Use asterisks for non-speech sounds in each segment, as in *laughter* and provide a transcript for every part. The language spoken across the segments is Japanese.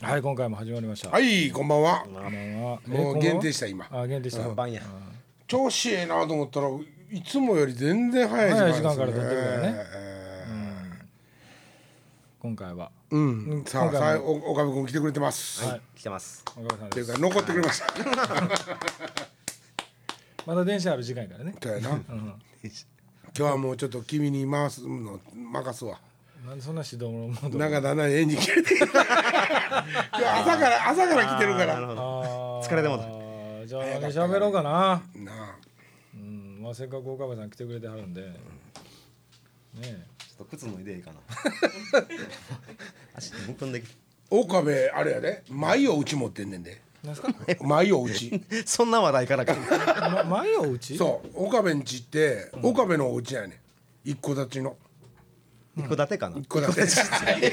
はい今回も始まりました。はいこんばんはこんばんは。えもう限定した今あ限定した。晩や調子ええなと思ったらいつもより全然早い早い時時間ですね間から撮ってるからねえ今回は。ーうんさあ今回もさあお岡部君来てくれてます、はい。来てます。おかげさんってでいうす。か残ってく *laughs* れましたまだ電車ある時間やからね。そうやな今日はもうちょっと君に回すの任すわなんでそんな指導もろもなんかだんだん演じ切れて *laughs* 今日朝から朝から来てるかあーなるらほど。あー疲れてもうたじゃあ何喋ろうかな。なあうんまあせっかく岡部さん来てくれてはるんで。ねえ。ちょっと靴脱いでい *laughs* いかな。足むくんでき岡部あれやで舞をうち持ってんねんでなんすか。舞をうちる。そんな話題からか。ま前をうち。そう岡部んちって岡部のお家やねん一戸建ちの一戸建てかな。一戸建て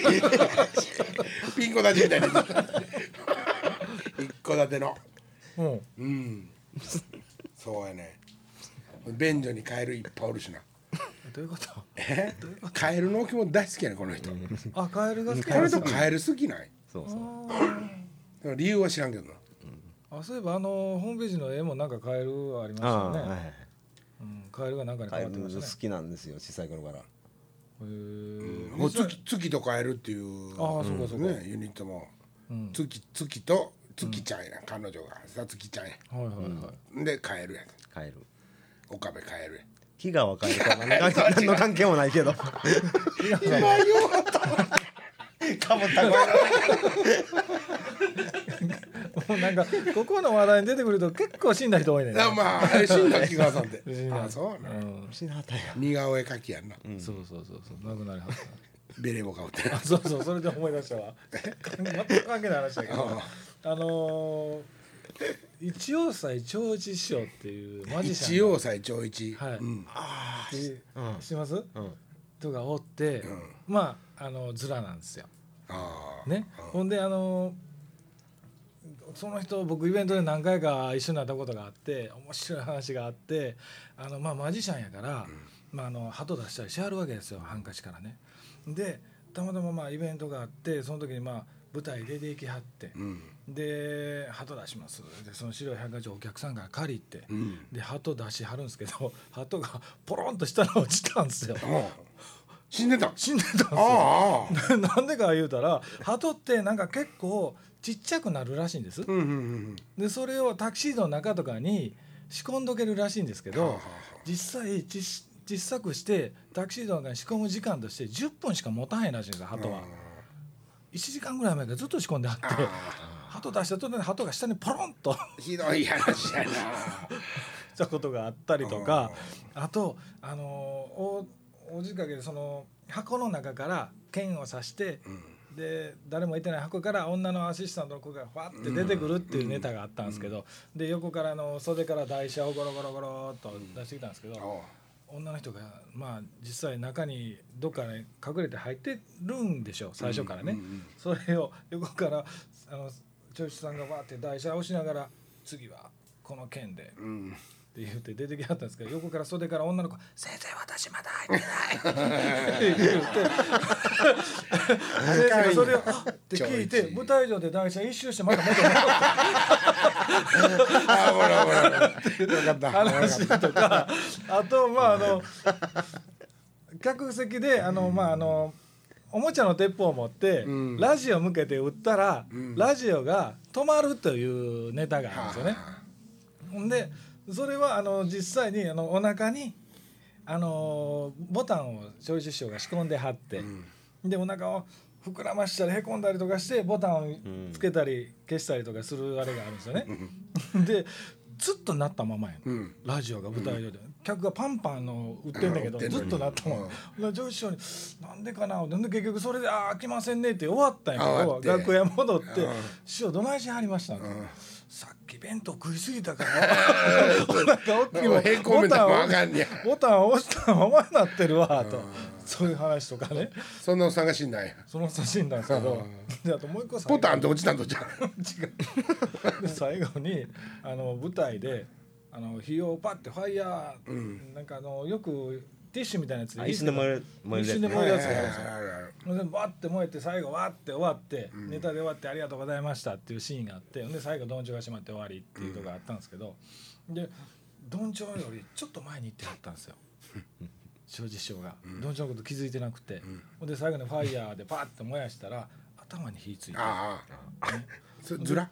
ピンコ建てみたいな一戸建てのう。うん。うんそうやね便所にカエルいっぱいおるしなどういうこと。えカエルの置物大好きやねこの人こあカエルが好き。れとカエル好きないそうそう。でも理由は知らんけどなあそういえばあのホームページの絵もなんかカエルありましたあよあー、はね。い。うんカエルがなんかにカエ変わっルてました好ね。きなんですよ。小さい頃から。へーもう月月とカエルっていうあーそうかそうかねユニットもうん。月月と月ちゃんやな彼女がさ月ちゃんやはいはいはい。でカエルやカエル。岡部カエルや木川カエ *laughs* ルとは何か何の関係もない *laughs* けど。かぶったか。 *laughs* もうなんかここの話題に出てくると結構死んだ人多いね。あまああれ死んだ木川さん *laughs* って死んだあそうなうん死なったよ。似顔絵描きやんなそうそうそうそうなくなりはった。ベレー帽かぶってなそうそうそれで思い出したわ。全く関係ない話だけど、あのー、一応斎長一師匠っていうマジシ一ャン応最長一はいうんがいてうん知ってます？うん。とかおって、まああのズラなんですよ。ああね、ほんであのその人僕イベントで何回か一緒になったことがあって面白い話があってあの、まあ、マジシャンやから、まあ、あの鳩出したりしはるわけですよハンカチからね。でたまたままあイベントがあってその時にまあ舞台出ていきはってう、んで鳩出しますでその白いハンカチをお客さんから借りて、うんで鳩出しはるんですけど鳩がポロンと下に落ちたんですよ。うん死んでた死んでたんですあよ。ああ *laughs* あなんでか言うたら鳩ってなんか結構ちっちゃくなるらしいんですうんうんうんでそれをタキシードの中とかに仕込んどけるらしいんですけうんはあどは実際ちし小さくしてタキシードの中に仕込む時間として10分しか持たへんらしいんですよ鳩はうん1時間ぐらい前からずっと仕込んであってああ鳩出した途端に鳩が下にポロンと *laughs* 落あひどい話やなちたことがあったりとかあとあのーおおじかけでその箱の中から剣を刺してうんで誰もいてない箱から女のアシスタントの子がファって出てくるっていうネタがあったんですけど、で横からあの袖から台車をゴロゴロゴロっと出してきたんですけど、あ女の人がまあ実際中にどっかに隠れて入ってるんでしょう最初からね、うんうんうんそれを横からあの調子さんがわーって台車を押しながら次はこの剣であうんって言って出てきはったんですけど横から袖から女の子「先生私まだ入って *laughs* ない」って言って先生がそれを「あっ」て聞いちょていち舞台上で台車一周してまた元に戻ったあほらほらほらよかったよかった話とかあとまああの客席であのまああのおもちゃの鉄砲を持ってうんラジオ向けて撃ったらんラジオが止まるというネタがあるんですよね。ほんでそれはあの実際にあのお腹にあのボタンを小一師匠が仕込んで貼って、でお腹を膨らましたりへこんだりとかしてボタンをつけたり消したりとかするあれがあるんですよね。 *laughs* でずっとなったままやの、うんラジオが舞台上で、客がパンパンの売ってんだけどうん売ってんのずにっとなったまま、で上司匠に「なんでかな?」なんで結局それで「ああ来ませんね」って終わったんやけ終わどって楽屋戻ってうん「師匠どないしはりましたん?」さっき弁当食いすぎたから」 *laughs* お腹もう大きいへもこボめたタらンをもあかんねやボタンを押したままになってるわとそういう話とかねそんなおっさんが死んだんやその写真なんですけどであともう一個最後ポタンって落ちたんとじゃ *laughs* んで最後にあの舞台であの火をパッてファイヤー、なんかあのよくティッシュみたいなやつあいい一す瞬でけど燃える燃えるやつ一瞬でね燃えるやつがあるんですよあるあるでバッて燃えて最後わーって終わって、ネタで終わってありがとうございましたっていうシーンがあってで最後どんちょうが閉まって終わりっていうとこがあったんですけど、でどんちょうよりちょっと前に行ってはったんですよ庄司師匠が、どんちょうのこと気づいてなくて、ほん、で最後にファイヤーでパーって燃やしたら頭に火ついてあああそずら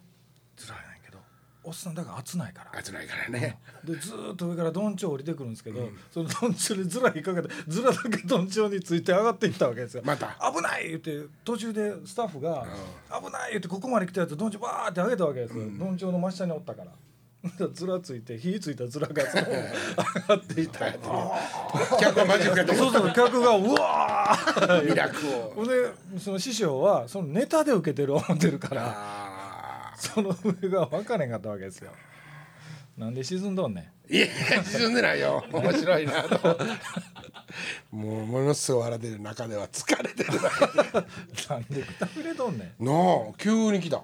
ずらやないけどおっさんだから熱ないから熱ないからねでずーっと上からどんちょう降りてくるんですけど、そのどんちょうにずら引っ掛けてずらだけどんちょうについて上がっていったわけですよ。また危ない言って途中でスタッフが「危ない!」言ってここまで来たやつどんちょうバーって上げたわけですよ、どんちょうの真下におったから。 *laughs* ずらついて火ついたずらがその *laughs* 上がっていったっていう客はマジックやとそうす思ると客が「うわうー!ミラクルをほんでその師匠はそのネタで受けてる思ってるからあその上が分かれへんかったわけですよなんで沈んどんねんあいや沈んでないよ面白いなともうものすごい笑ってる中では疲れてる *laughs* ななんでくたくれとんねん。なあ急に来た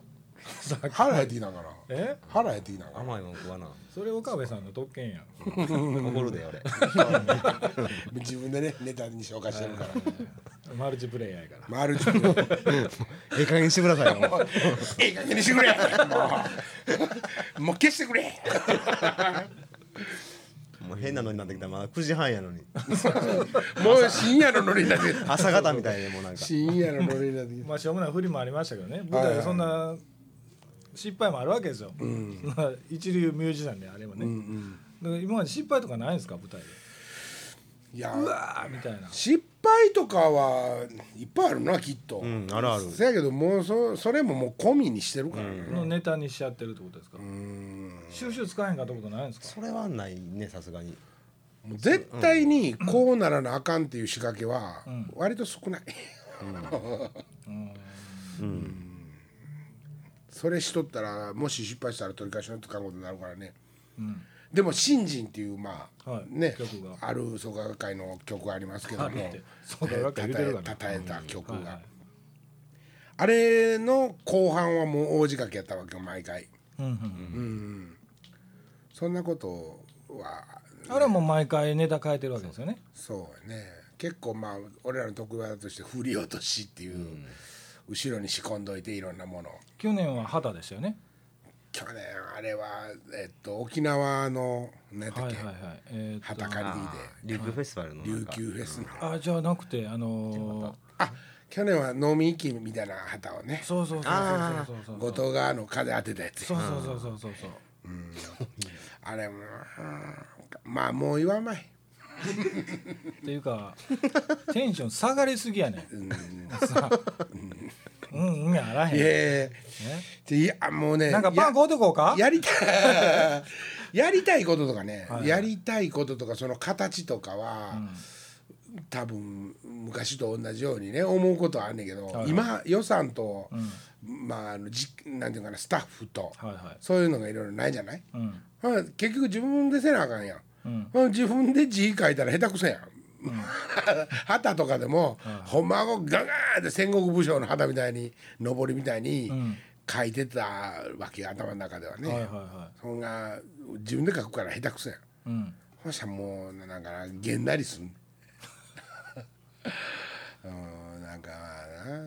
さっき腹減ってきたんからえ腹減ってきたんから甘いもん食わなそれ岡部さんの特権やん。怒る *laughs* で俺自分でねネタに紹介してる *laughs* からマルチプレイヤーやから。マルチプロええ加減にしてください *laughs* よええ加減にしてくれもうもう消してくれもう変なのになってきたまだ9時半やのにもう深夜のノリになってる朝方みたいでもうなん *laughs* か深夜のノリになってきた *laughs* まあしょうもない不利もありましたけどね。舞台はそんな失敗もあるわけですよ。まあ *laughs* 一流ミュージシャンであればね。だから今まで失敗とかないんですか舞台で。いやうわーみたいな。失敗とかはいっぱいあるなきっと、うんあるあるせやけどもうそそれももう込みにしてるからね、のネタにしちゃってるってことですか。うん収集つかへんかったことないんですか。それはないねさすがにもう絶対にこうならなあかんっていう仕掛けは割と少ない、うんそれしとったらもし失敗したら取り返しのつかんことになるからねうん。でも「新人」っていうまあ、はいね曲がある創価学会の曲がありますけどもあるって創た価学会言うてるからねたえた曲が、はいはいあれの後半はもう大仕掛けやったわけよ毎回うんうんそんなことはうん。あれはもう毎回ネタ変えてるわけですよね。そうね結構まあ俺らの特技として振り落としっていう、後ろに仕込んどいていろんなものを去年は肌でしたよね。去年あれは、えっと、沖縄の何はいはだっいけ、はい。えーっと旗。借り琉球フェスティバルのていいなでん琉か球フェスのあじゃなくてあのーあ去年は飲み行きみたいな旗をねそうそうそうそうそうそ後う藤川の風当てたやつそうそうそうそうそうあれもうんまあもう言わんまい、っていうかテンション下がりすぎ *laughs* や *laughs* ねうん、んうんうんやあらいへんやいやいやもうねなんかパン買うてこうかやりたい *laughs* やりたいこととかね、やりたいこととかその形とかは、多分昔と同じようにね思うことはあんねんけど、いはい今予算と、まああのじなんていうかなスタッフと、はいはいそういうのがいろいろないじゃない、うんほな結局自分でせなあかんやん、うんほな自分で字書いたら下手くそやん。 *laughs* 旗とかでも、ほんまはこうガガーンって戦国武将の旗みたいに上りみたいにん書いてたわけよ頭の中ではね、はいはいはそんな自分で書くから下手くそやいうんんそしたらもうなんかなげんなりすん *laughs* うんなんかまあな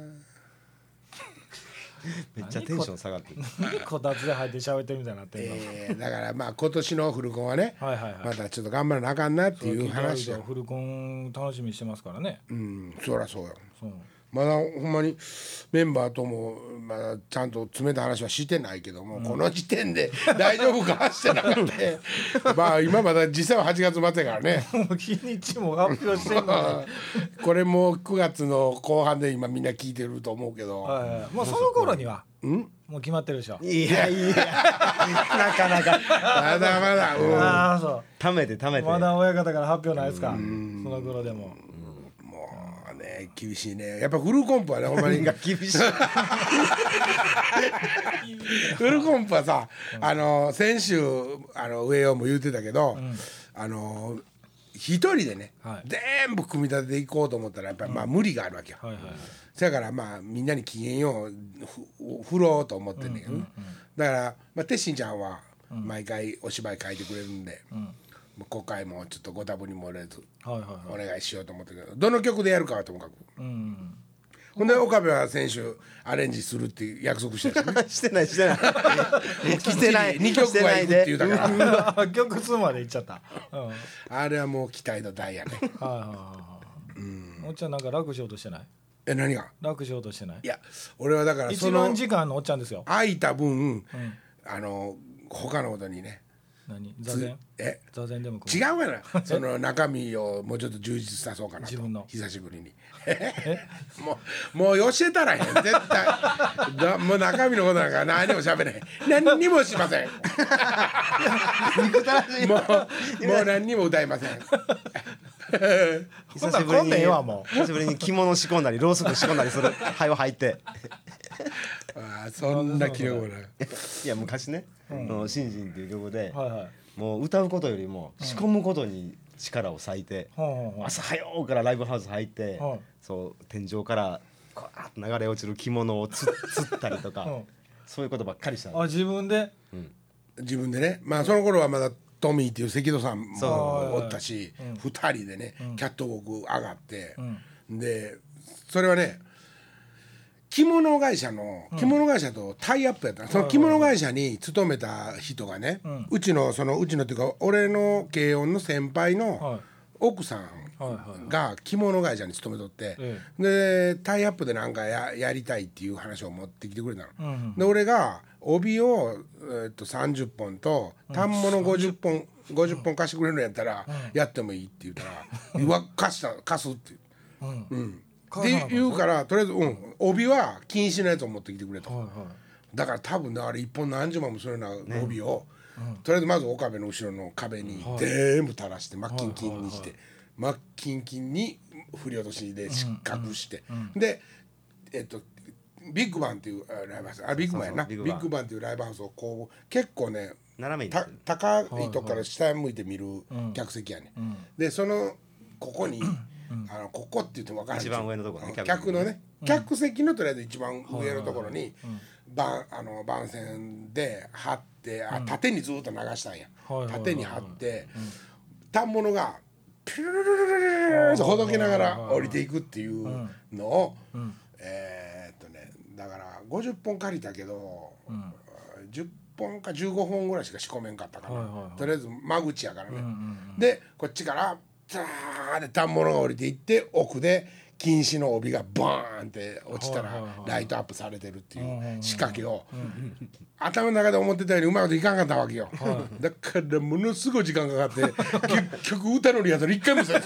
めっちゃテンション下がってる何こたつで入って喋ってるみたいになってるえーだからまあ今年のフルコンはね、はいはいはいまたちょっと頑張らなあかんなっていう話やフルコン楽しみにしてますからねうんそりゃそうよ *laughs* そうまだほんまにメンバーともまだちゃんと詰めた話はしてないけども、この時点で *laughs* 大丈夫かしてな *laughs* かったまあ今まだ実際は8月末やからねもう日にちも発表してるのにこれも9月の後半で今みんな聞いてると思うけど、はいはいもうその頃にはもう決まってるでしょいやいやなかなかまだまだ、うんああそためてためうてまだ親方から発表ないですかその頃でももうね厳しいねやっぱフルコンプはねほんまにが厳しい *laughs* フルコンプはさあの先週あの上尾も言ってたけど、あの一人でね、はい全部組み立てていこうと思ったらやっぱりまあ無理があるわけよ、はいはいはいそやからまあみんなに機嫌ようふ振ろうと思ってんだけどね、だから、まあ、てっしんちゃんは毎回お芝居書いてくれるんで、まあ今回もちょっとご多分に漏れずはいはいおはい。願いしようと思ってるけどどの曲でやるかはともかくうん。ほんで岡部は先週アレンジするっていう約束したしね *laughs* してないしてない *laughs* してない2曲は行くって言うた *laughs* から曲数までいっちゃった。うん。はいあれはもう期待の大やねはいはいはい。うん。おっちゃんなんか楽しようとしてない。え何が楽しようとしてないい。や俺はだからそ一の番時間のおっちゃんですよ。空いた分、あの他のことにね何？座つ禅。え座禅でも食う違うがなその中身をもうちょっと充実さそうかなと自分の久しぶりに *laughs* もうもう教えたらへん絶対だもう中身のことなんか何にも喋れへん何にもしませんもうもう何にも歌いませんこんなんこんねんええわもう久しぶりに着物仕込んだりろうそく仕込んだりする灰を履い *laughs* てあーそんな気力もないいや昔ね「うん、新人」っていう曲で、はいはい。もう歌うことよりも仕込むことに力を割いて、ほうほうほう。朝早うからライブハウス入って、はいそう天井からこうあーっと流れ落ちる着物をつ *laughs* つったりとか、うんそういうことばっかりしたのあ自分で。自分でねまあその頃はまだトミーっていう関戸さんそうもおったし2人でねキャットウォーク上がってでそれはね着物会社の着物会社とタイアップやったのその着物会社に勤めた人がねうちのそのうちのっていうか俺の慶應の先はい輩の奥さんはいはい。が着物会社に勤めとって、えでタイアップでなんかややりたいっていう話を持ってきてくれたの、んうんで俺が帯を、えーっと30本と単物50本、50本貸してくれるのやったら、やってもいいって言ったら「うわ貸した貸す」ってうん。言う、うん、で言うからとりあえず、うん、帯は禁止のやつを持ってきてくれと、はいはい。だから多分ねあれ1本何十万もするような帯を、とりあえずまず岡部の後ろの壁に全部垂らして真っキンキンにして真っキンキンに振り落としで失格して、でえっとビッグバンっていうあライブハウスあビッグバンやなそうそうビビッグバンッグバンっていうライブハウスをこう結構ね斜めになったてる高いとこから下向いて見る客席やね、でそのここに、あのここって言っても分からない一番上のとこねうん客のね、客席のとりあえず一番上のところに、ばんあの番線で張ってあ縦にずっと流したんや、はいはいはい縦に張って、反物がピュルルルルルルルとほどけながら降りていくっていうのを、えーっとねだから50本借りたけど、10本か15本ぐらいしか仕込めんかったから、はいはいはいとりあえず間口やからね、でこっちからザーって反物が降りていって奥で禁止の帯がバーンって落ちはたいらはいはいライトアップされてるっていう仕掛けを頭の中で思ってたよりうまいこといかんかったわけよ、だからものすごい時間かかって結局歌のリハーサル一回もせんっ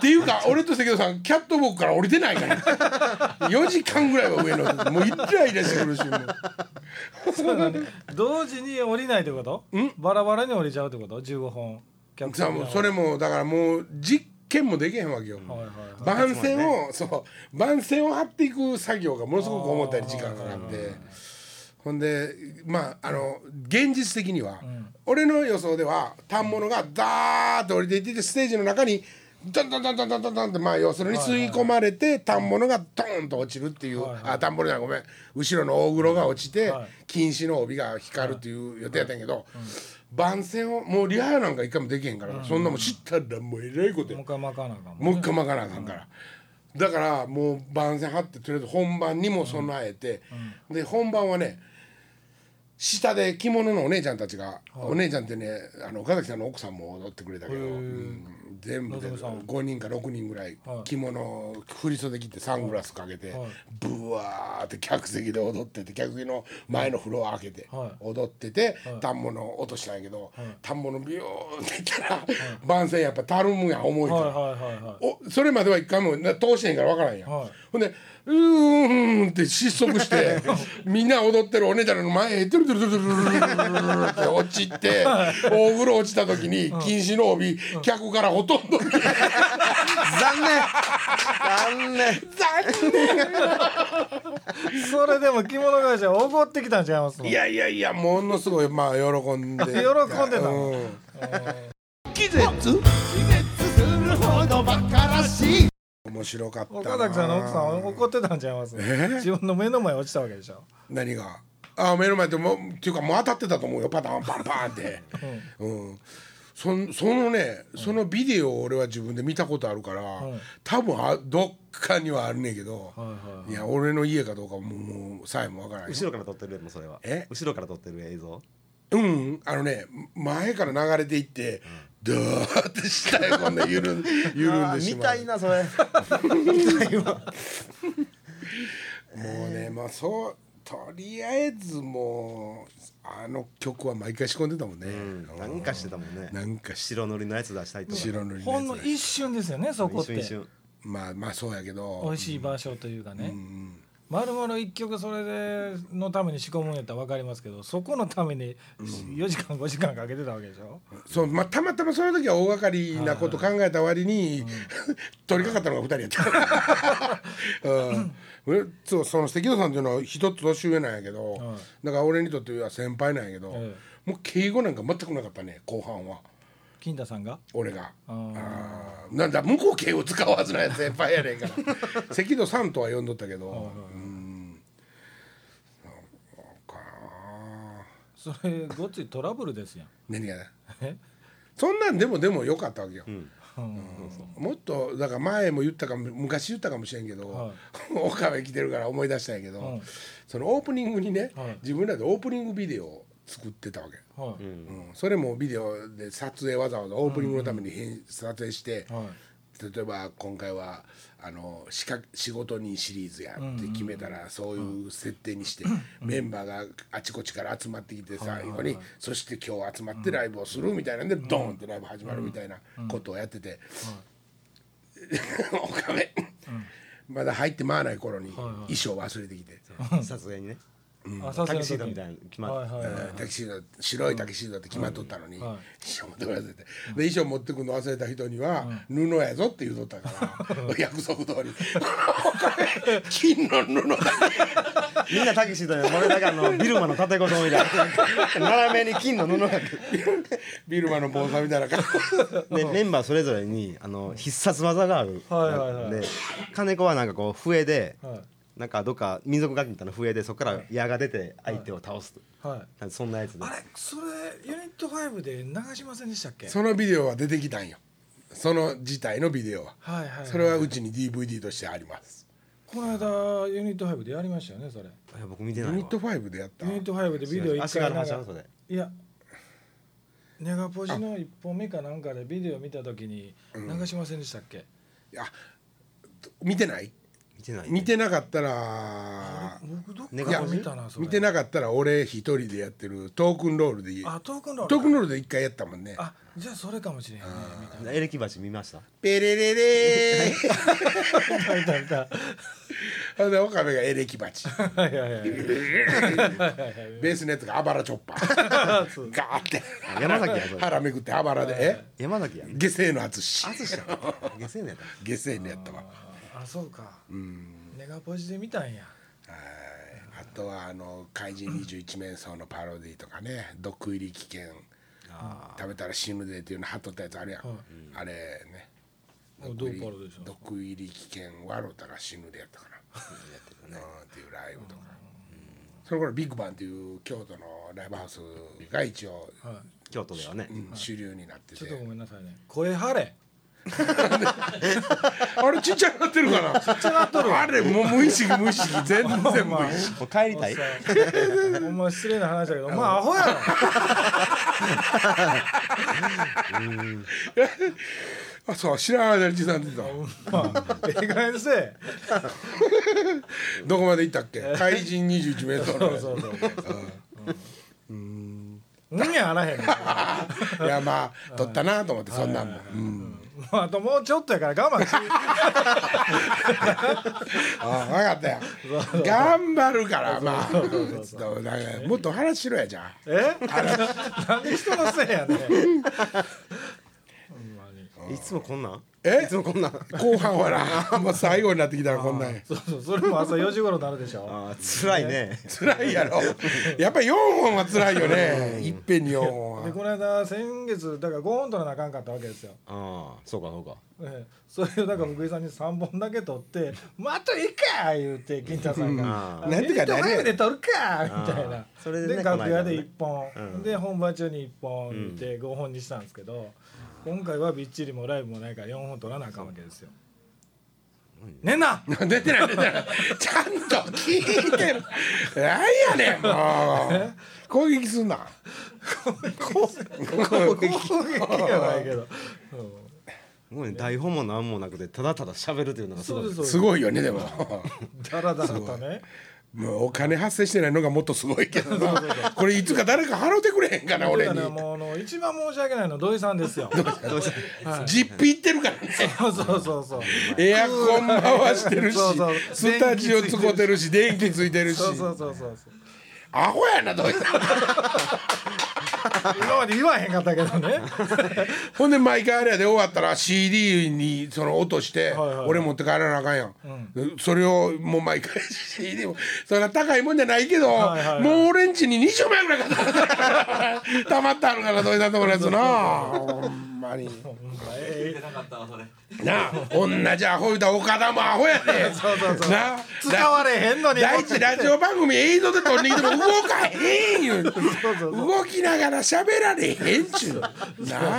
ていうか俺と関戸さんキャットボックから降りてないから4時間ぐらいは上のもうイライラしてくるしもう。そうだね。 *laughs* 同時に降りないってこと？バラバラに降りちゃうってこと？15本。客さあもうそれもだからもう実験もできへんわけよ、はいはい番線を、そう番線を張っていく作業がものすごく思ったより時間かかってほんでまああの現実的には、俺の予想では反物がダーッと降りていってステージの中にドンドンドンドンドンドンドンってまあ要するに吸い込まれて反物がドーンと落ちるっていう、あ反物じゃないごめん後ろの大黒が落ちて、はい禁止の帯が光るっていう予定やったんやけど、番線をもうリハなんか一回もできへんから、そんなもん知ったらもうえらいことやもう一回巻かなあかんもん。もう一回巻かなあかんから、だからもう番線張ってとりあえず本番にも備えて、で本番はね下で着物のお姉ちゃんたちが、お姉ちゃんってねあの岡崎さんの奥さんも踊ってくれたけど、うん全部でのぞみさん5人か6人ぐらいはい着物振り袖着てサングラスかけて、はいブワーって客席で踊ってて客席の前のフロア開けてはい踊ってて、反物落としたんやけど、反物ビューっていったら、番線やっぱたるむやん重いから。はいはいはいはい。おそれまでは一回もな通してへんから分からんやん、はいほんで「うーん」って失速してみんな踊ってるお姉ちゃんの前へトゥルトゥルトゥルトゥルトゥルトゥルって落ちて大風呂落ちた時に禁止の帯、客からほとんど見えない *laughs* 残念残それでも着物会社怒ってきたんちゃいますもんいやいやいやものすごいまあ喜んで喜んでたのうん気絶するほどバカらしい面白かったな岡崎さんの奥さん怒ってたんちゃいます自分の目の前落ちたわけでしょ何があ目の前でもっていうかもう当たってたと思うよパターンパンパンって、うんそんそのねそのビデオを俺は自分で見たことあるから、多分あどっかにはあるねんけど、いや俺の家かどうかももうさえもわからない後ろから撮ってるやつもそれはえ後ろから撮ってる映像うんあのね前から流れていって、ドーって下へこんな緩 *laughs* ん緩んでしみまたういなそれもうねまあそうとりあえずもうあの曲は毎回仕込んでたもんね、なんかしてたもんねなんかし白塗りのやつ出したいとか白塗りのほんやのつ一瞬ですよねそこっ一瞬て一瞬まあまあそうやけ美ど味しい場所というかね、丸々一曲それでのために仕込むんやったら分かりますけどそこのために4時間5時間かけてたわけでしょ、そう、まあ、たまたまその時は大掛かりなこと考えた割に、取り掛かったのが2人や *laughs* った、うん俺そうその関戸さんっていうのは一つ年上なんやけど、だから俺にとっては先輩なんやけど、えもう敬語なんか全くなかったね後半は金田さんが俺が。あーあーなんだ向こう敬語使うはずない先輩やねんから *laughs* 関戸さんとは呼んどったけど、うんそうかそれごっついトラブルですやん何がねえそんなんでもでもよかったわけよ、もっとだから前も言ったかも昔言ったかもしれんけど、はい岡部来てるから思い出したんやけど、うんそのオープニングにね、はい自分らでオープニングビデオを作ってたわけ、はい、うんそれもビデオで撮影わざわざオープニングのために編撮影して、は例えば今回はあの仕掛仕事にシリーズやって決めたら、そういう設定にして、メンバーがあちこちから集まってきて最後に、そして今日集まってライブをするみたいなんで、ドーンってライブ始まるみたいなことをやってて、 *laughs* おかめ、まだ入ってまわない頃に衣装忘れてきて。撮影にねあさすタがキにシードみたいなの決まはっいてはいはいタキシード白いタキシードって決まっとったのに、はい衣装持ってこられててで衣装持ってくの忘れた人には「布やぞ」って言うとったから、約束通り *laughs* 「金の布だ」みんなタキシードや俺だから *laughs* あのビルマの建てごとみたいな斜めに金の布が *laughs* ビルマの坊さんみたいな感じでメンバーそれぞれにあの必殺技がある、はいはいはいで金子はなんかこう笛で、はいなんかどっか民族楽器みたいな笛でそこから矢が出て相手を倒す、はいなんかそんなやつであれそれユニット5で流しませんでしたっ *laughs* けそのビデオは出てきたんよその自体のビデオは、はいはいはいそれはうちに DVD としてありますこの間ユニット5でやりましたよねそれいや僕見てユないわニット5でやったユニット5でビデオ一足があ回るなん話かそれいやネガポジの一本目かなんかでビデオ見た時に流しませんでしたっけ、あ見てない見てない、見てなかったら僕どっネいかやで見たなそれ見てなかったら俺一人でやってるトークンロールでいいあトークンロールトかークンロールで一回やったもんねあじゃあそれかもしれんね見たエレキバチ見ましたペレレレー見た見たほんで岡部がエレキバチはいはいはい *laughs* ベースのやつがあばらチョッパーガーって山崎やそれ腹めくってあばらでえ山崎や下世の淳淳やん下世のやった下世のやったわあそうかネガポジで見たんやはいあとはあの怪人21面相のパロディとかね毒入り危険食べたら死ぬでっていうの貼っとったやつあるやん、あれねどうパロディでしょ毒入り危険笑うたら死ぬでやったかなうんっていうライブとか、その頃ビッグバンっていう京都のライブハウスが一応、京都ではねうん主流になってちてょっとごめんなさいね声張れあれちっちゃくなってるか *laughs* なちっちゃなっとるあれもう無意識無意識全然無意 *laughs* 識、もう帰りたいさほんま失礼な話だけどお前アホやろあそう知らない間に時短出てたわまあええ加減にせえどこまで行ったっけ怪人21メートそうルそうそううんうんやあらへんねんいやまあ取ったなと思ってそんなんも、うん、もうあともうちょっとやから我慢しあ分かったよ頑張るからまあどうなんかもっと話しろやじゃあえなんで人のせいやねんほんまにいつもこんなんえいつもこんなんあ後半ほらもう最後になってきたらこんなんやそうそうそれも朝4時頃になるでしょあ辛いね辛いやろやっぱり4本は辛いよねいっぺんに4本はでこの間先月だから5本取らなあかんかったわけですよああそうかそうかええそれをなんか福井さんに三本だけ取って *laughs* 「まあ、あといいか!」言うて金太さんがう「んなんとかなんとかなるやろで取るか!」みたいなそれでねでこの間楽屋でね一本、うんで本番中に一本で5本にしたんですけど、今回はびっちりもライブもないから4本取らなあかんわけですよ。ねんな *laughs* 出てない出てないちゃんと聞いてるなんやねんもう攻撃すんな攻撃やないけど。うんもうね台本も何もなくてただただ喋るというのがすそごういですすそうでごいよねでもす。ダラダラとね。 *laughs* もうお金発生してないのがもっとすごいけどな *laughs* これいつか誰か払ってくれへんかな俺にだからねもうあの一番申し訳ないのは土井さんですよ。ジッピー行ってるからね *laughs* そうそうそうそう。エアコン回してる *laughs* しそうそうスタジオ使ってるし電気ついてるしそうそうそうそうそう。アホやなどうい今まで言わへんかったけどね。ほんで毎回あれやで終わったら CD にその落としてはいはい俺持って帰らなあかんやん、それをもう毎回 CD もそんな高いもんじゃないけど、はいはいもう俺んちに20枚ぐらい買った溜まってあるからどういったところや *laughs* つなほんまにえなあ同じアホ言うたら岡田もアホやでそうそうそうなあー *laughs* 使われへんのに。第一ラジオ番組映像で撮りに来ても動かへんよ *laughs* 動きながら喋られへんちゅうな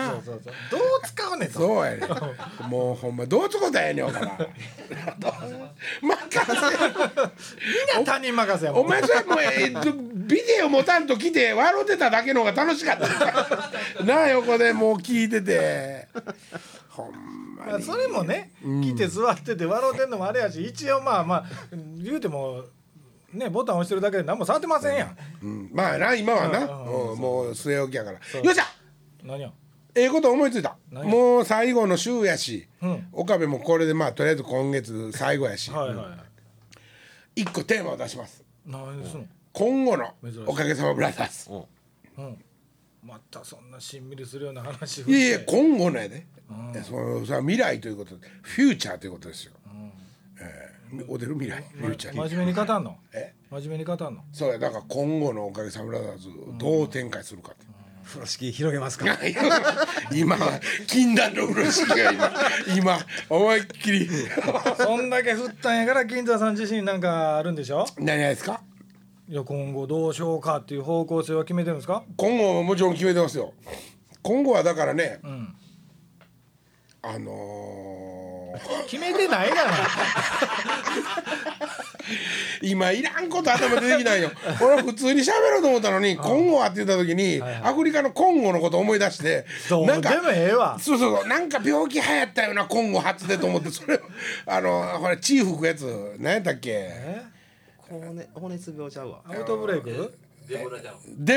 あそうそうどう使うねんと。そうやねんもうほんまどうつことやねんお *laughs* から任せみんな他人任せやもおん。前それもうえっとビデオ持たんと来て笑ってただけの方が楽しかったなあ横でもう聞いててほんままあそれもね、来て座ってて笑うてんのもあれやし、一応まあまあ言うてもねボタン押してるだけで何も触ってませんやん。うんまあな今はな、うんうんもう据え置きやからよっしゃ何や。ええこと思いついた何もう最後の週やし、うん岡部もこれでまあとりあえず今月最後やし、はいはい。一個テーマを出します何すんの。今後の珍しいおかげさまブラザーズおうん。またそんなしんみりするような話振っいて。やいや今後のやで、いやそのそれは未来ということでフューチャーということですよ、えー、おでる未来フューチャー真面目に語んのえ真面目に語んのそうやだから今後のおかげさまブラザーズをどう展開するかって、風呂敷広げますか *laughs* 今禁断の風呂敷が今今思いっきりそんだけ振ったんやから金沢さん自身なんかあるんでしょ何がですかいや今後どうしようかっていう方向性は決めてるんですか今後ももちろん決めてますよ今後はだからね、んあの決めてないがー、今いらんこと頭出てきないよ *laughs* 俺は普通に喋ろうと思ったのに「今後は」って言った時に、アフリカのコンゴのこと思い出して *laughs* どうでなんもかええわそうそうそうなんか病気流行ったよな今後初でと思って *laughs* それをあのこれチーフ吹くやつ何やったっけえ骨骨つ病ちゃうわアウトブレイクデ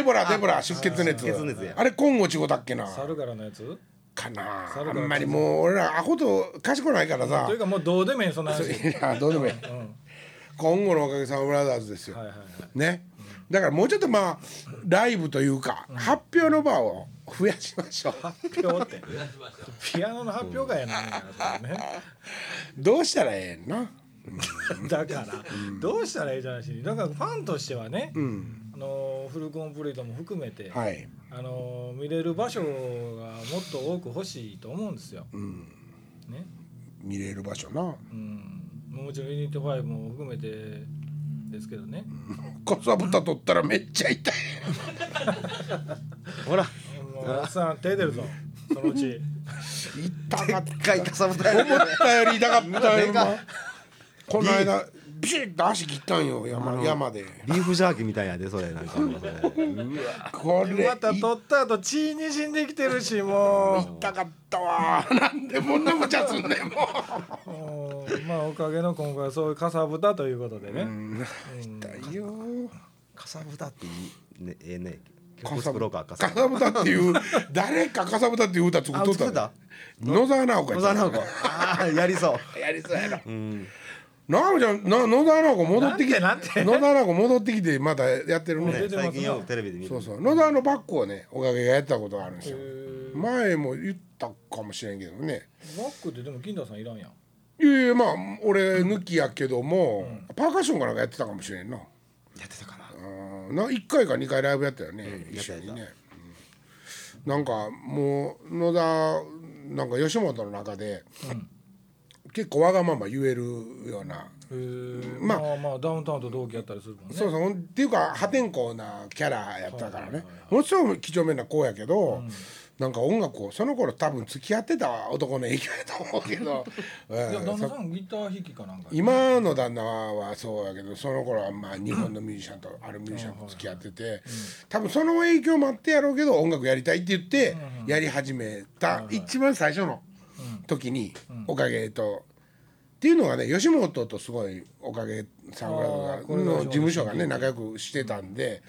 ボラデボラ出血熱出血熱やあれ今後ちごたっけな猿からのやつかな猿あだんまりもう俺らアホと賢ないからさというかもうどうでもええそんな話はい *laughs* いやどうでもいい、今後のおかげさまブラザーズですよ、はいはいねだからもうちょっとまあライブというか、発表の場を増やしましょう発表ってピアノの発表会やないんだからそれねどうしたらええんなだからどうしたらいいじゃないしだからファンとしてはねあのフルコンプリートも含めてはいあの見れる場所がもっと多く欲しいと思うんですよ。ね、見れる場所なうん、もちろんユニット5も含めてですけどね。かさぶた取ったらめっちゃ痛いほらもうおっさん手出 *laughs* るぞ。そのうち。痛かっ一回かさぶたやた思ったより痛かったよでかいこの間ビシッと足切ったんよ山山でリーフジャーキーみたいやでそれなんかもうそれこれまた取った後血にじんできてるしも痛かったわなんでこんな無茶すんねんも *laughs* うう。もうまあおかげの今回はそういうかさぶたということでね。痛いよかさぶたっていいねええね曲作ろうかかかささぶたっていう誰かかさぶたっていう歌作っとあ作っったた野沢直子やぶったたなんかあーやりそうやりそうやな直子ちゃんな野沢直子戻ってきてなんてなんて野沢直子戻ってきてまたやってる出てねますな最近よくテレビで見そうるそう野沢のバックをねおかげがやったことがあるんですよー前も言ったかもしれんけどねマックってでも金田さんいらんやん。いやいやまあ俺抜きやけども、パーカッションかなんかやってたかもしれんなやってたかなうんな1回か2回ライブやったよね、一緒にね、うんなんかもう野田なんか吉本の中で、結構わがまま言えるような、ーままああまあダウンタウンと同期やったりするもんねそうそうほんっていうか破天荒なキャラやったからね、もちろん几帳面な子やけど、なんか音楽をその頃多分付き合ってた男の影響やと思うけど、うんいや旦那さんギター弾きかなんかや今の旦那はそうやけどその頃はまあ日本のミュージシャンとあるミュージシャンと付き合ってて多分その影響もあってやろうけど音楽やりたいって言ってやり始めた一番最初の時におかげと。っていうのがね吉本とすごいおかげさんがあーこれがの事務所がね仲良くしてたんで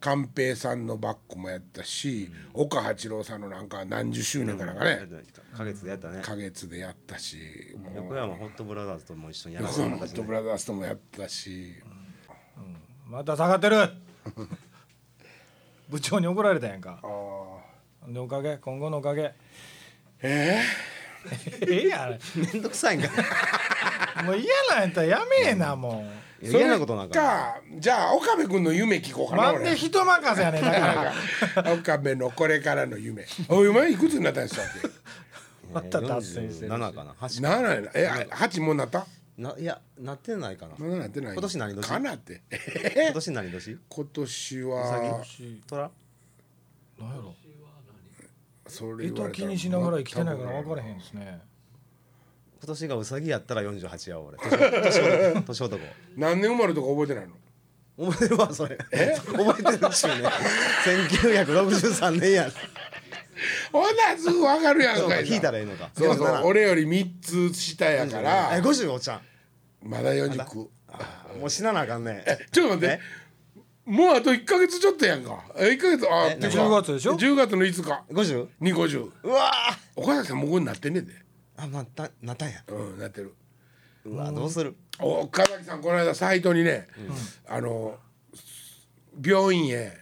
寛平さんのバックもやったし岡八郎さんのなんか何十周年かなんかね花月でやったね花月でやったしもう横山ホットブラザーズとも一緒にやらラせソてンもらホったッしトブラザーズともやったし、また下がってる *laughs* 部長に怒られたやんかああでおかげ今後のおかげ *laughs* えええやんめんどくさいん *laughs* かもう嫌なんやったらやめえなもうえ嫌なことなんかかじゃあ岡部君の夢聞こうかななんで俺人任せやねんだ *laughs* から岡部のこれからの夢おいお前いくつになったんですか *laughs* っまた達成してる7かなて8ならないえ八もうなったないやなってないかなまだなってない今年何年かなってえ今年何年今年うはさ虎何やろそれ言わ人れた気にしながら生きてないから分からへんですね今年がうさぎやったら48やわ俺年 *laughs* 男年男何年生まれとか覚えてないの覚えてるわそれ覚えてるっちゅう *laughs* ね1963年やほんならすぐ分かるやんそうかかいな引いたらいいのかそうそう47俺より三つ下やからえ50おっちゃんまだ四軸もう死ななあかんねちょっと待ってえもうあと1か月ちょっとやんかえ1か月あってか10月でしょ10月の5日 50? に50うわー岡崎さんもうこれなってんねんであなったなったんやうんなってるうわどうするお岡崎さんこの間サイトにね、あの病院へ、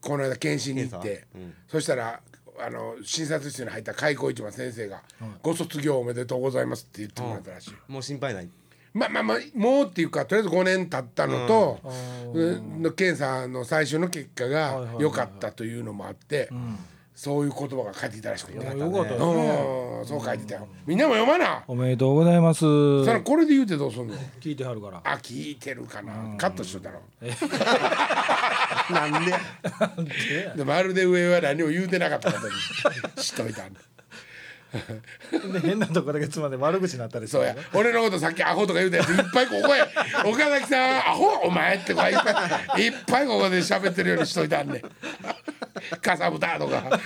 この間検診に行って、そしたらあの診察室に入った開口一番先生が、ご卒業おめでとうございます」って言ってもらったらしい、もう心配ないまあまあまあもうっていうかとりあえず5年経ったのと、うんの検査の最終の結果が良かったというのもあって、そういう言葉が書いていたらしくて、よかったですねうんそう書いてたよ、みんなも読まな、おめでとうございますそらこれで言うてどうすんの聞いてはるからあ聞いてるかな、カットしといたろなんででまるで上は何も言うてなかったことにしといたんだで変なとこだけつまんで悪口になったりすそるうや俺のことさっきアホとか言うたやついっぱいここへ岡崎さんアホお前ってこういっぱいいっぱいここで喋ってるようにしといたんねかさぶたとか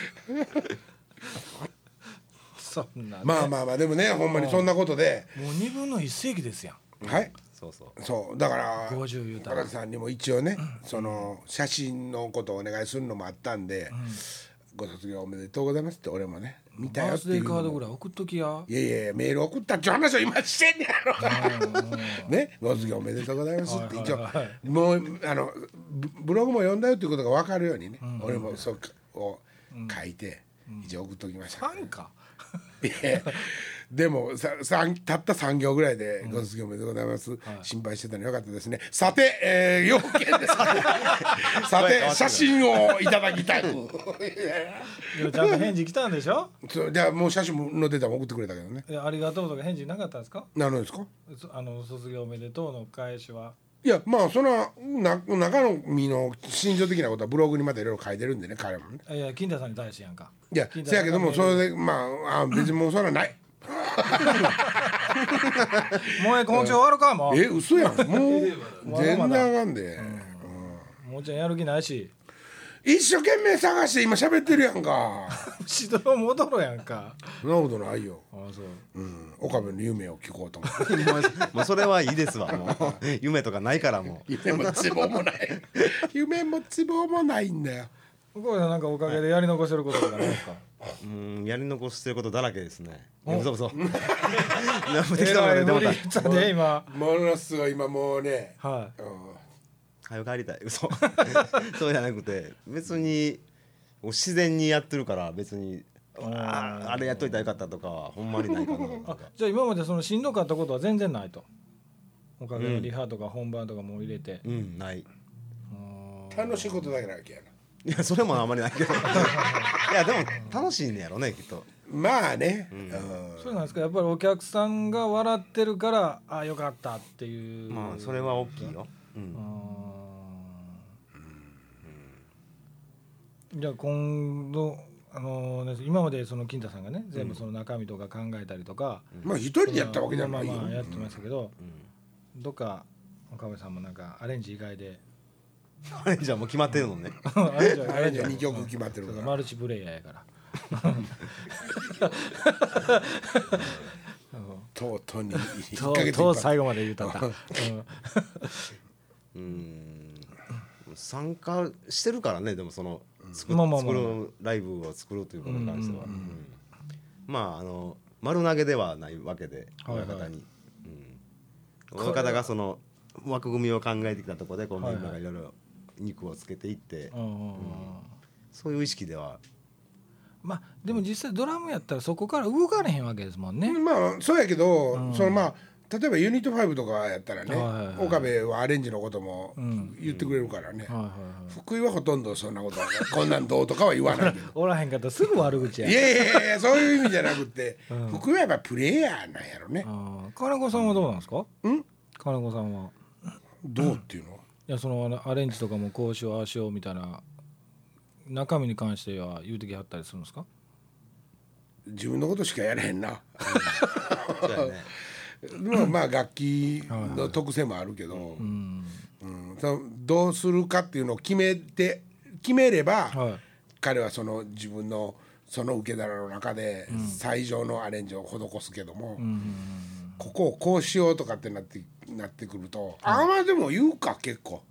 そんな、まあまあまあでもねほんまにそんなことで、もう2分の1世紀ですやんはいそうそうそうだから岡50言うたら崎さんにも一応ね、その写真のことをお願いするのもあったんで、ご卒業おめでとうございますって俺もね見たバよーってスデいーうカーのドもぐらい送っときやいやいやメール送ったっちゅう話を今してんねやろねご卒業おめでとうございますって一応もうあのブブログも読んだよっていうことが分かるようにね、俺もそうかを書いて、一応送っときました、なんかいや *laughs* でもささんたった3行ぐらいでご卒業おめでとうございます、心配してたのよかったですねさて、えー、要 *laughs* 件ですさて写真をいただきたい *laughs* でもちゃんと返事来たんでしょそうじゃあもう写真のデータも送ってくれたけどねいやありがとうとか返事なかったんですかなるんですかそあの卒業おめでとうの返しはいやまあそのな中の身の心情的なことはブログにまたいろいろ書いてるんでね彼もねいや金田さんに対してやんかいや金田せやけどもそさんがれでまああ別にもうそれはないもうええ今週終わるかもえ嘘 *laughs* やんもう全然あまだまだかんで、うもうちゃんやる気ないし一生懸命探して今喋ってるやんか指導戻ろやんかそんなことないよ、あそううん、岡部の夢を聞こうと思 *laughs* ってもうもうそれはいいですわもう夢とかないからもう夢も希望もない *laughs* 夢も希望もないんだよ向こうさんなんかおかげでやり残してることとかないですかうんやり残してることだらけですねいや嘘 *laughs* 嘘適え当なことらい言って無も理言らっったで今ものすごい今もうね、はうんたはよ帰りたい嘘 *laughs* そうじゃなくて別に自然にやってるから別にああれやっといたらよかったとかはほんまにないかななん *laughs* かいじゃあ今までそのしんどかったことは全然ないとおかげでリハとか本番とかも入れて、うんない楽しいことだけなわけやない *laughs* やそれもあんまりないけどいやでも楽しいんやろねきっとまあね、うんそうなんですかやっぱりお客さんが笑ってるからあよかったっていうまあそれは大きいよ、う、うんんじゃあ今度あのね今までその金太さんがね全部その中身とか考えたりとか、まあ一人でやったわけじゃないまよ、あまあまあやってましたけど、んどっか岡部さんもなんかアレンジ以外であれ *laughs* じゃあもう決まってるのねアレンジはアレンジは二曲決まってるそうかそうらマルチプレイヤーやからとうとうに *laughs* 一とヶ月ういっとうぱい最後まで言うたった、うんうーん参加してるからねでもその作,、まあまあまあ作るライブを作るということに関しては、うんまああの丸投げではないわけではいは親い方に、うん、親方がその枠組みを考えてきたところでこうみはいはいんながいろいろ肉をつけていって、うんうんうんそういう意識ではまあでも実際ドラムやったらそこから動かれへんわけですもんね、まあそうやけど、そのまあ例えばユニット5とかやったらね、はいはいはい岡部はアレンジのことも言ってくれるからね、はいはいはい福井はほとんどそんなことはない *laughs* こんなんどうとかは言 *laughs* わないけどおらへんかったらすぐ悪口やいやいやいやそういう意味じゃなくて、福井はやっぱプレイヤーなんやろね、あー金子さんはどうなんですかうん金子さんはどうっていうの、いやそのあのアレンジとかもこうしようああしようみたいな中身に関しては言うてきはったりするんですか自分のことしかやらへ *laughs* んなそうやねまあまあ楽器の特性もあるけど、うんうんそのどうするかっていうのを決めて決めれば、はい彼はその自分のその受け皿の中で最上のアレンジを施すけども、ここをこうしようとかってなってなってくると、あんまでも言うか結構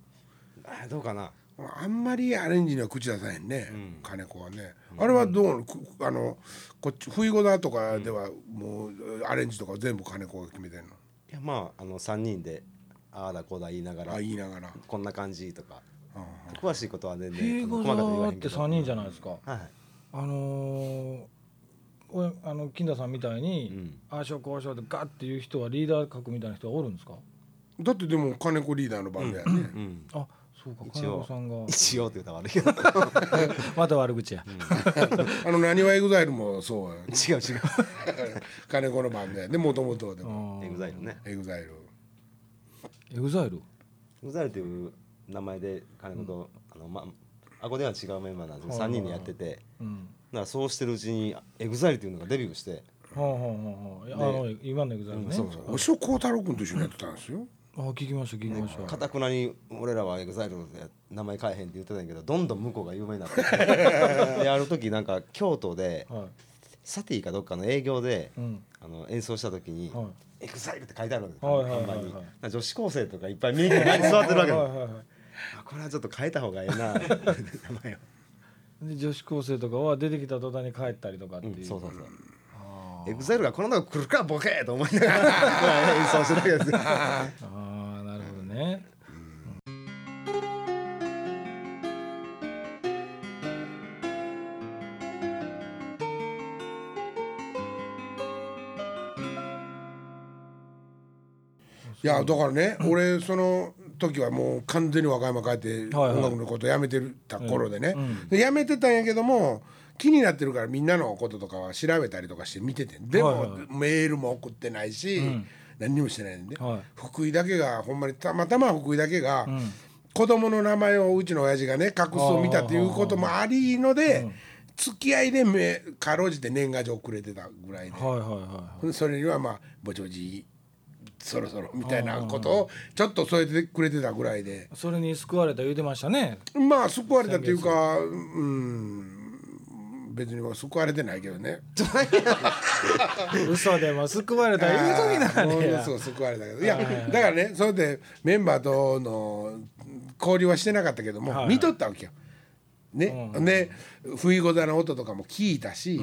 あどうかなあんまりアレンジには口出さへんね、金子はね、あれはどうなのくあのこっち冬ごだとかではもうアレンジとか全部金子が決めてんの、いやまああの3人でああだこうだ言いながらあ言いながら。こんな感じとかうん詳しいことは全然英細語かく言だわへっんてけど3人じゃないですかはいあのーおあの金田さんみたいに、んああしようこうしようってガッていう人はリーダー格みたいな人はおるんですかだってでも金子リーダーの番だよね、うんあそうか一金応子さんが *laughs* 一応って言ったら悪いけどまた悪口や、 *laughs* あのなにわエグザイルもそうや違う違う *laughs* 金子の番だよねもともとでもあエグザイルね。エグザイルーエグザイルエグザイルという名前で金子と、あのまあこでは違うメンバーなんですけどはい3人でやってて、うんだからそうしてるうちにエグザイルというのがデビューしてほうほうほうほうあの今のエグザイルね、そうおしょこうたろうくんと一緒にやってたんですよあ聞きました聞きました、かたくなに俺らはエグザイルで名前変えへんって言ってたんやけどどんどん向こうが有名に *laughs* なってである時なんか京都ではいサティかどっかの営業で、うんあの演奏した時に、はいエグザイルって書いてあるわけですはいはいはいはい看板にだから女子高生とかいっぱい見に来て座ってるわけではすいはいはいあこれはちょっと変えた方がい *laughs* いな名前を、で女子高生とかは出てきた途端に帰ったりとかってういんう、そうそうそうあエグザイルがこの中来るかボケーと思いながら演奏してるわけですよ。ーあーなるほどね、いやだからね俺その時はもう完全に和歌山帰ってはいはい音楽のことやめてた頃でねうんうんでやめてたんやけども気になってるからみんなのこととかは調べたりとかして見ててではいもはいメールも送ってないしん何にもしてないんではい福井だけがほんまにたまたま福井だけがん子供の名前をうちの親父がね隠すを見たっていうこともありので付き合いでめかろうじて年賀状くれてたぐらいはでいはいはいはいそれにはまあぼちぼちそろそろみたいなことをちょっと添えてくれてたぐらいでそれに救われた言うてましたねまあ救われたっていうかうん別に救われてないけどね嘘でも救われた言うとき *laughs* なあーんもねのやすごい救われたけどいやだからねそれでメンバーとの交流はしてなかったけども、はいはい見とったわけよ。ねで冬ごだの音とかも聞いたし、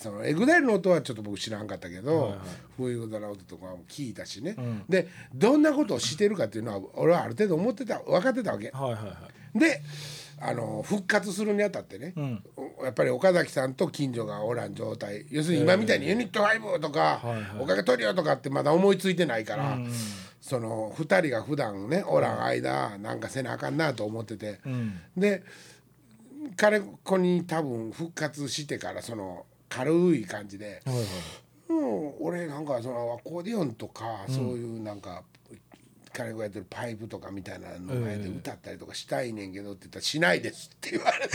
そのエグダイルの音はちょっと僕知らんかったけど、冬ごだの音とかも聞いたしね、でどんなことをしてるかっていうのは俺はある程度思ってた分かってたわけ。はいはいはいであの復活するにあたってね、んおやっぱり岡崎さんと近所がおらん状態要するに今みたいにユニット5とか、はいはいおかげトリオとかってまだ思いついてないから、その2人が普段ねおらん間なんかせなあかんなと思ってて、うんで彼子に多分復活してからその軽い感じで、はいはいうん、俺なんかそのアコーディオンとか、そういうなんか彼がやってるパイプとかみたいなの前で歌ったりとかしたいねんけどって言ったら「しないです」って言われて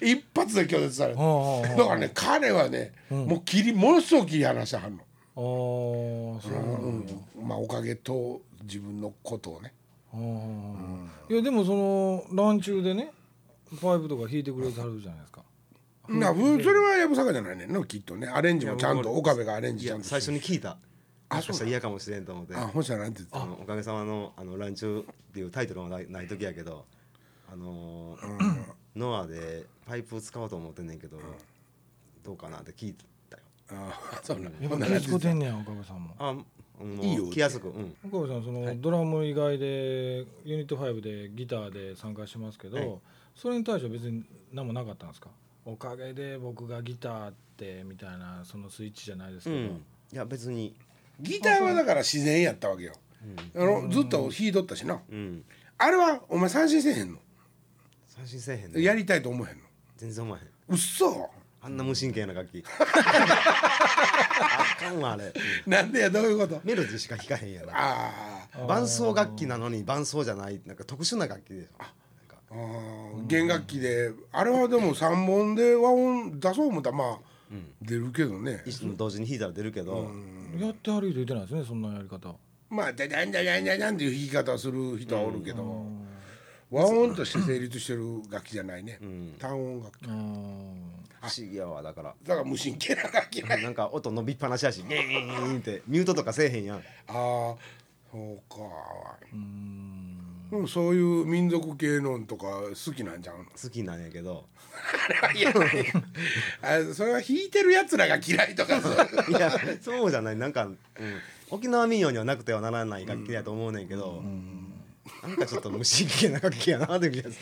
一発で拒絶されてだほうほうほうからね彼はね、もう切りものすごく切り離してはんの。あーそうなんだうんまあ、おかげと自分のことをねあーいやでもそのランチューでねパイプとか弾いてくれてはるじゃないですかなそれはやぶさかじゃないねんのきっとねアレンジもちゃんと岡部がアレンジいちゃやんと最初にに聞いたあもしかしたそうら嫌かもしれんと思ってあ本社なんて言ってあのおかげさまの「あのランチュー」っていうタイトルもないない時やけど、あのーノアでパイプを使おうと思ってんねんけど、どうかなって聞いたよたあそうなやんっほんぱなら気使ってんねや岡部さんもあもういいよ気安くうん岡部さんその、ドラム以外でユニット5でギターで参加してますけど、はいそれに対しては別に何もなかったんですかおかげで僕がギターってみたいなそのスイッチじゃないですうけど、んいや別にギターはだから自然やったわけよ、あのずっと弾いとったしなうんあれはお前三振せえへんの三振せえへんねやりたいと思えへんの全然おまへんうっそあんな無神経な楽器あかんわあれ、うんなんでやどういうことメロディーしか弾かへんやろあー伴奏楽器なのに伴奏じゃないなんか特殊な楽器でしょなんかあー弦楽器であれはでも3本で和音出そう思ったらまあ、出るけどね一緒に同時に弾いたら出るけど、やって歩いて言ってないですねそんなやり方まあダダンダダンダダンっていう弾き方する人はおるけど、和音として成立してる楽器じゃないね、単音楽器うーん不思議やわだからだから無神経な楽器ねなんか音伸びっぱなしやし、ビーンってミュートとかせえへんやん。ああそうかでもそういう民族系のんとか好きなんじゃん好きなんやけど、あれはいやいやあそれは弾いてるやつらが嫌いとかそういういやそうじゃない、なんか、うん、沖縄民謡にはなくてはならない楽器やと思うねんけど、なんかちょっと無神経な楽器やなって気がする。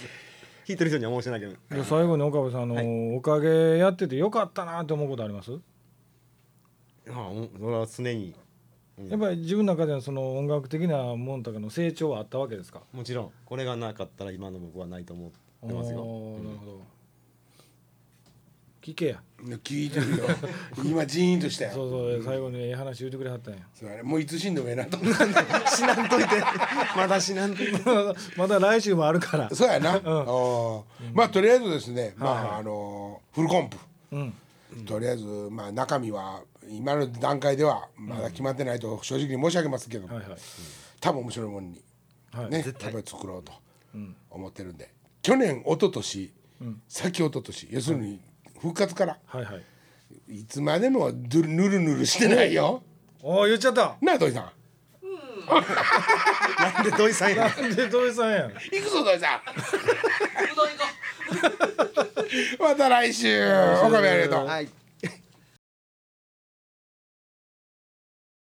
弾いてる人には申し訳ないけど、で最後に岡部さんあの、おかげやっててよかったなって思うことあります、まあうん俺は常にやっぱり自分の中ではその音楽的なもんとかの成長はあったわけですかもちろんこれがなかったら今の僕はないと思ってますよ。おーなるほど、聞けや聞いて *laughs* るよ今ジーンとしたそようそう最後にええ話言ってくれはったんや *laughs* それもういつ死んでもええなと思った死なんといて、まだ死なんといて。まだ来週もあるから *laughs* そうやな、あーまあとりあえずですね、まああのーフルコンプ、んとりあえずまあ中身は今の段階ではまだ決まってないと正直に申し上げますけど、はいはい多分面白いもんに、はいねやっぱり作ろうと思ってるんで、去年一昨年、先一昨年要するに復活からはいはいいつまでもドゥルヌルヌルしてないよ、おお言っちゃった *laughs* なあ土井さんなんで土井さんや。で土井さんやん行くぞ土井さん *laughs* また来週岡部ありがとうはい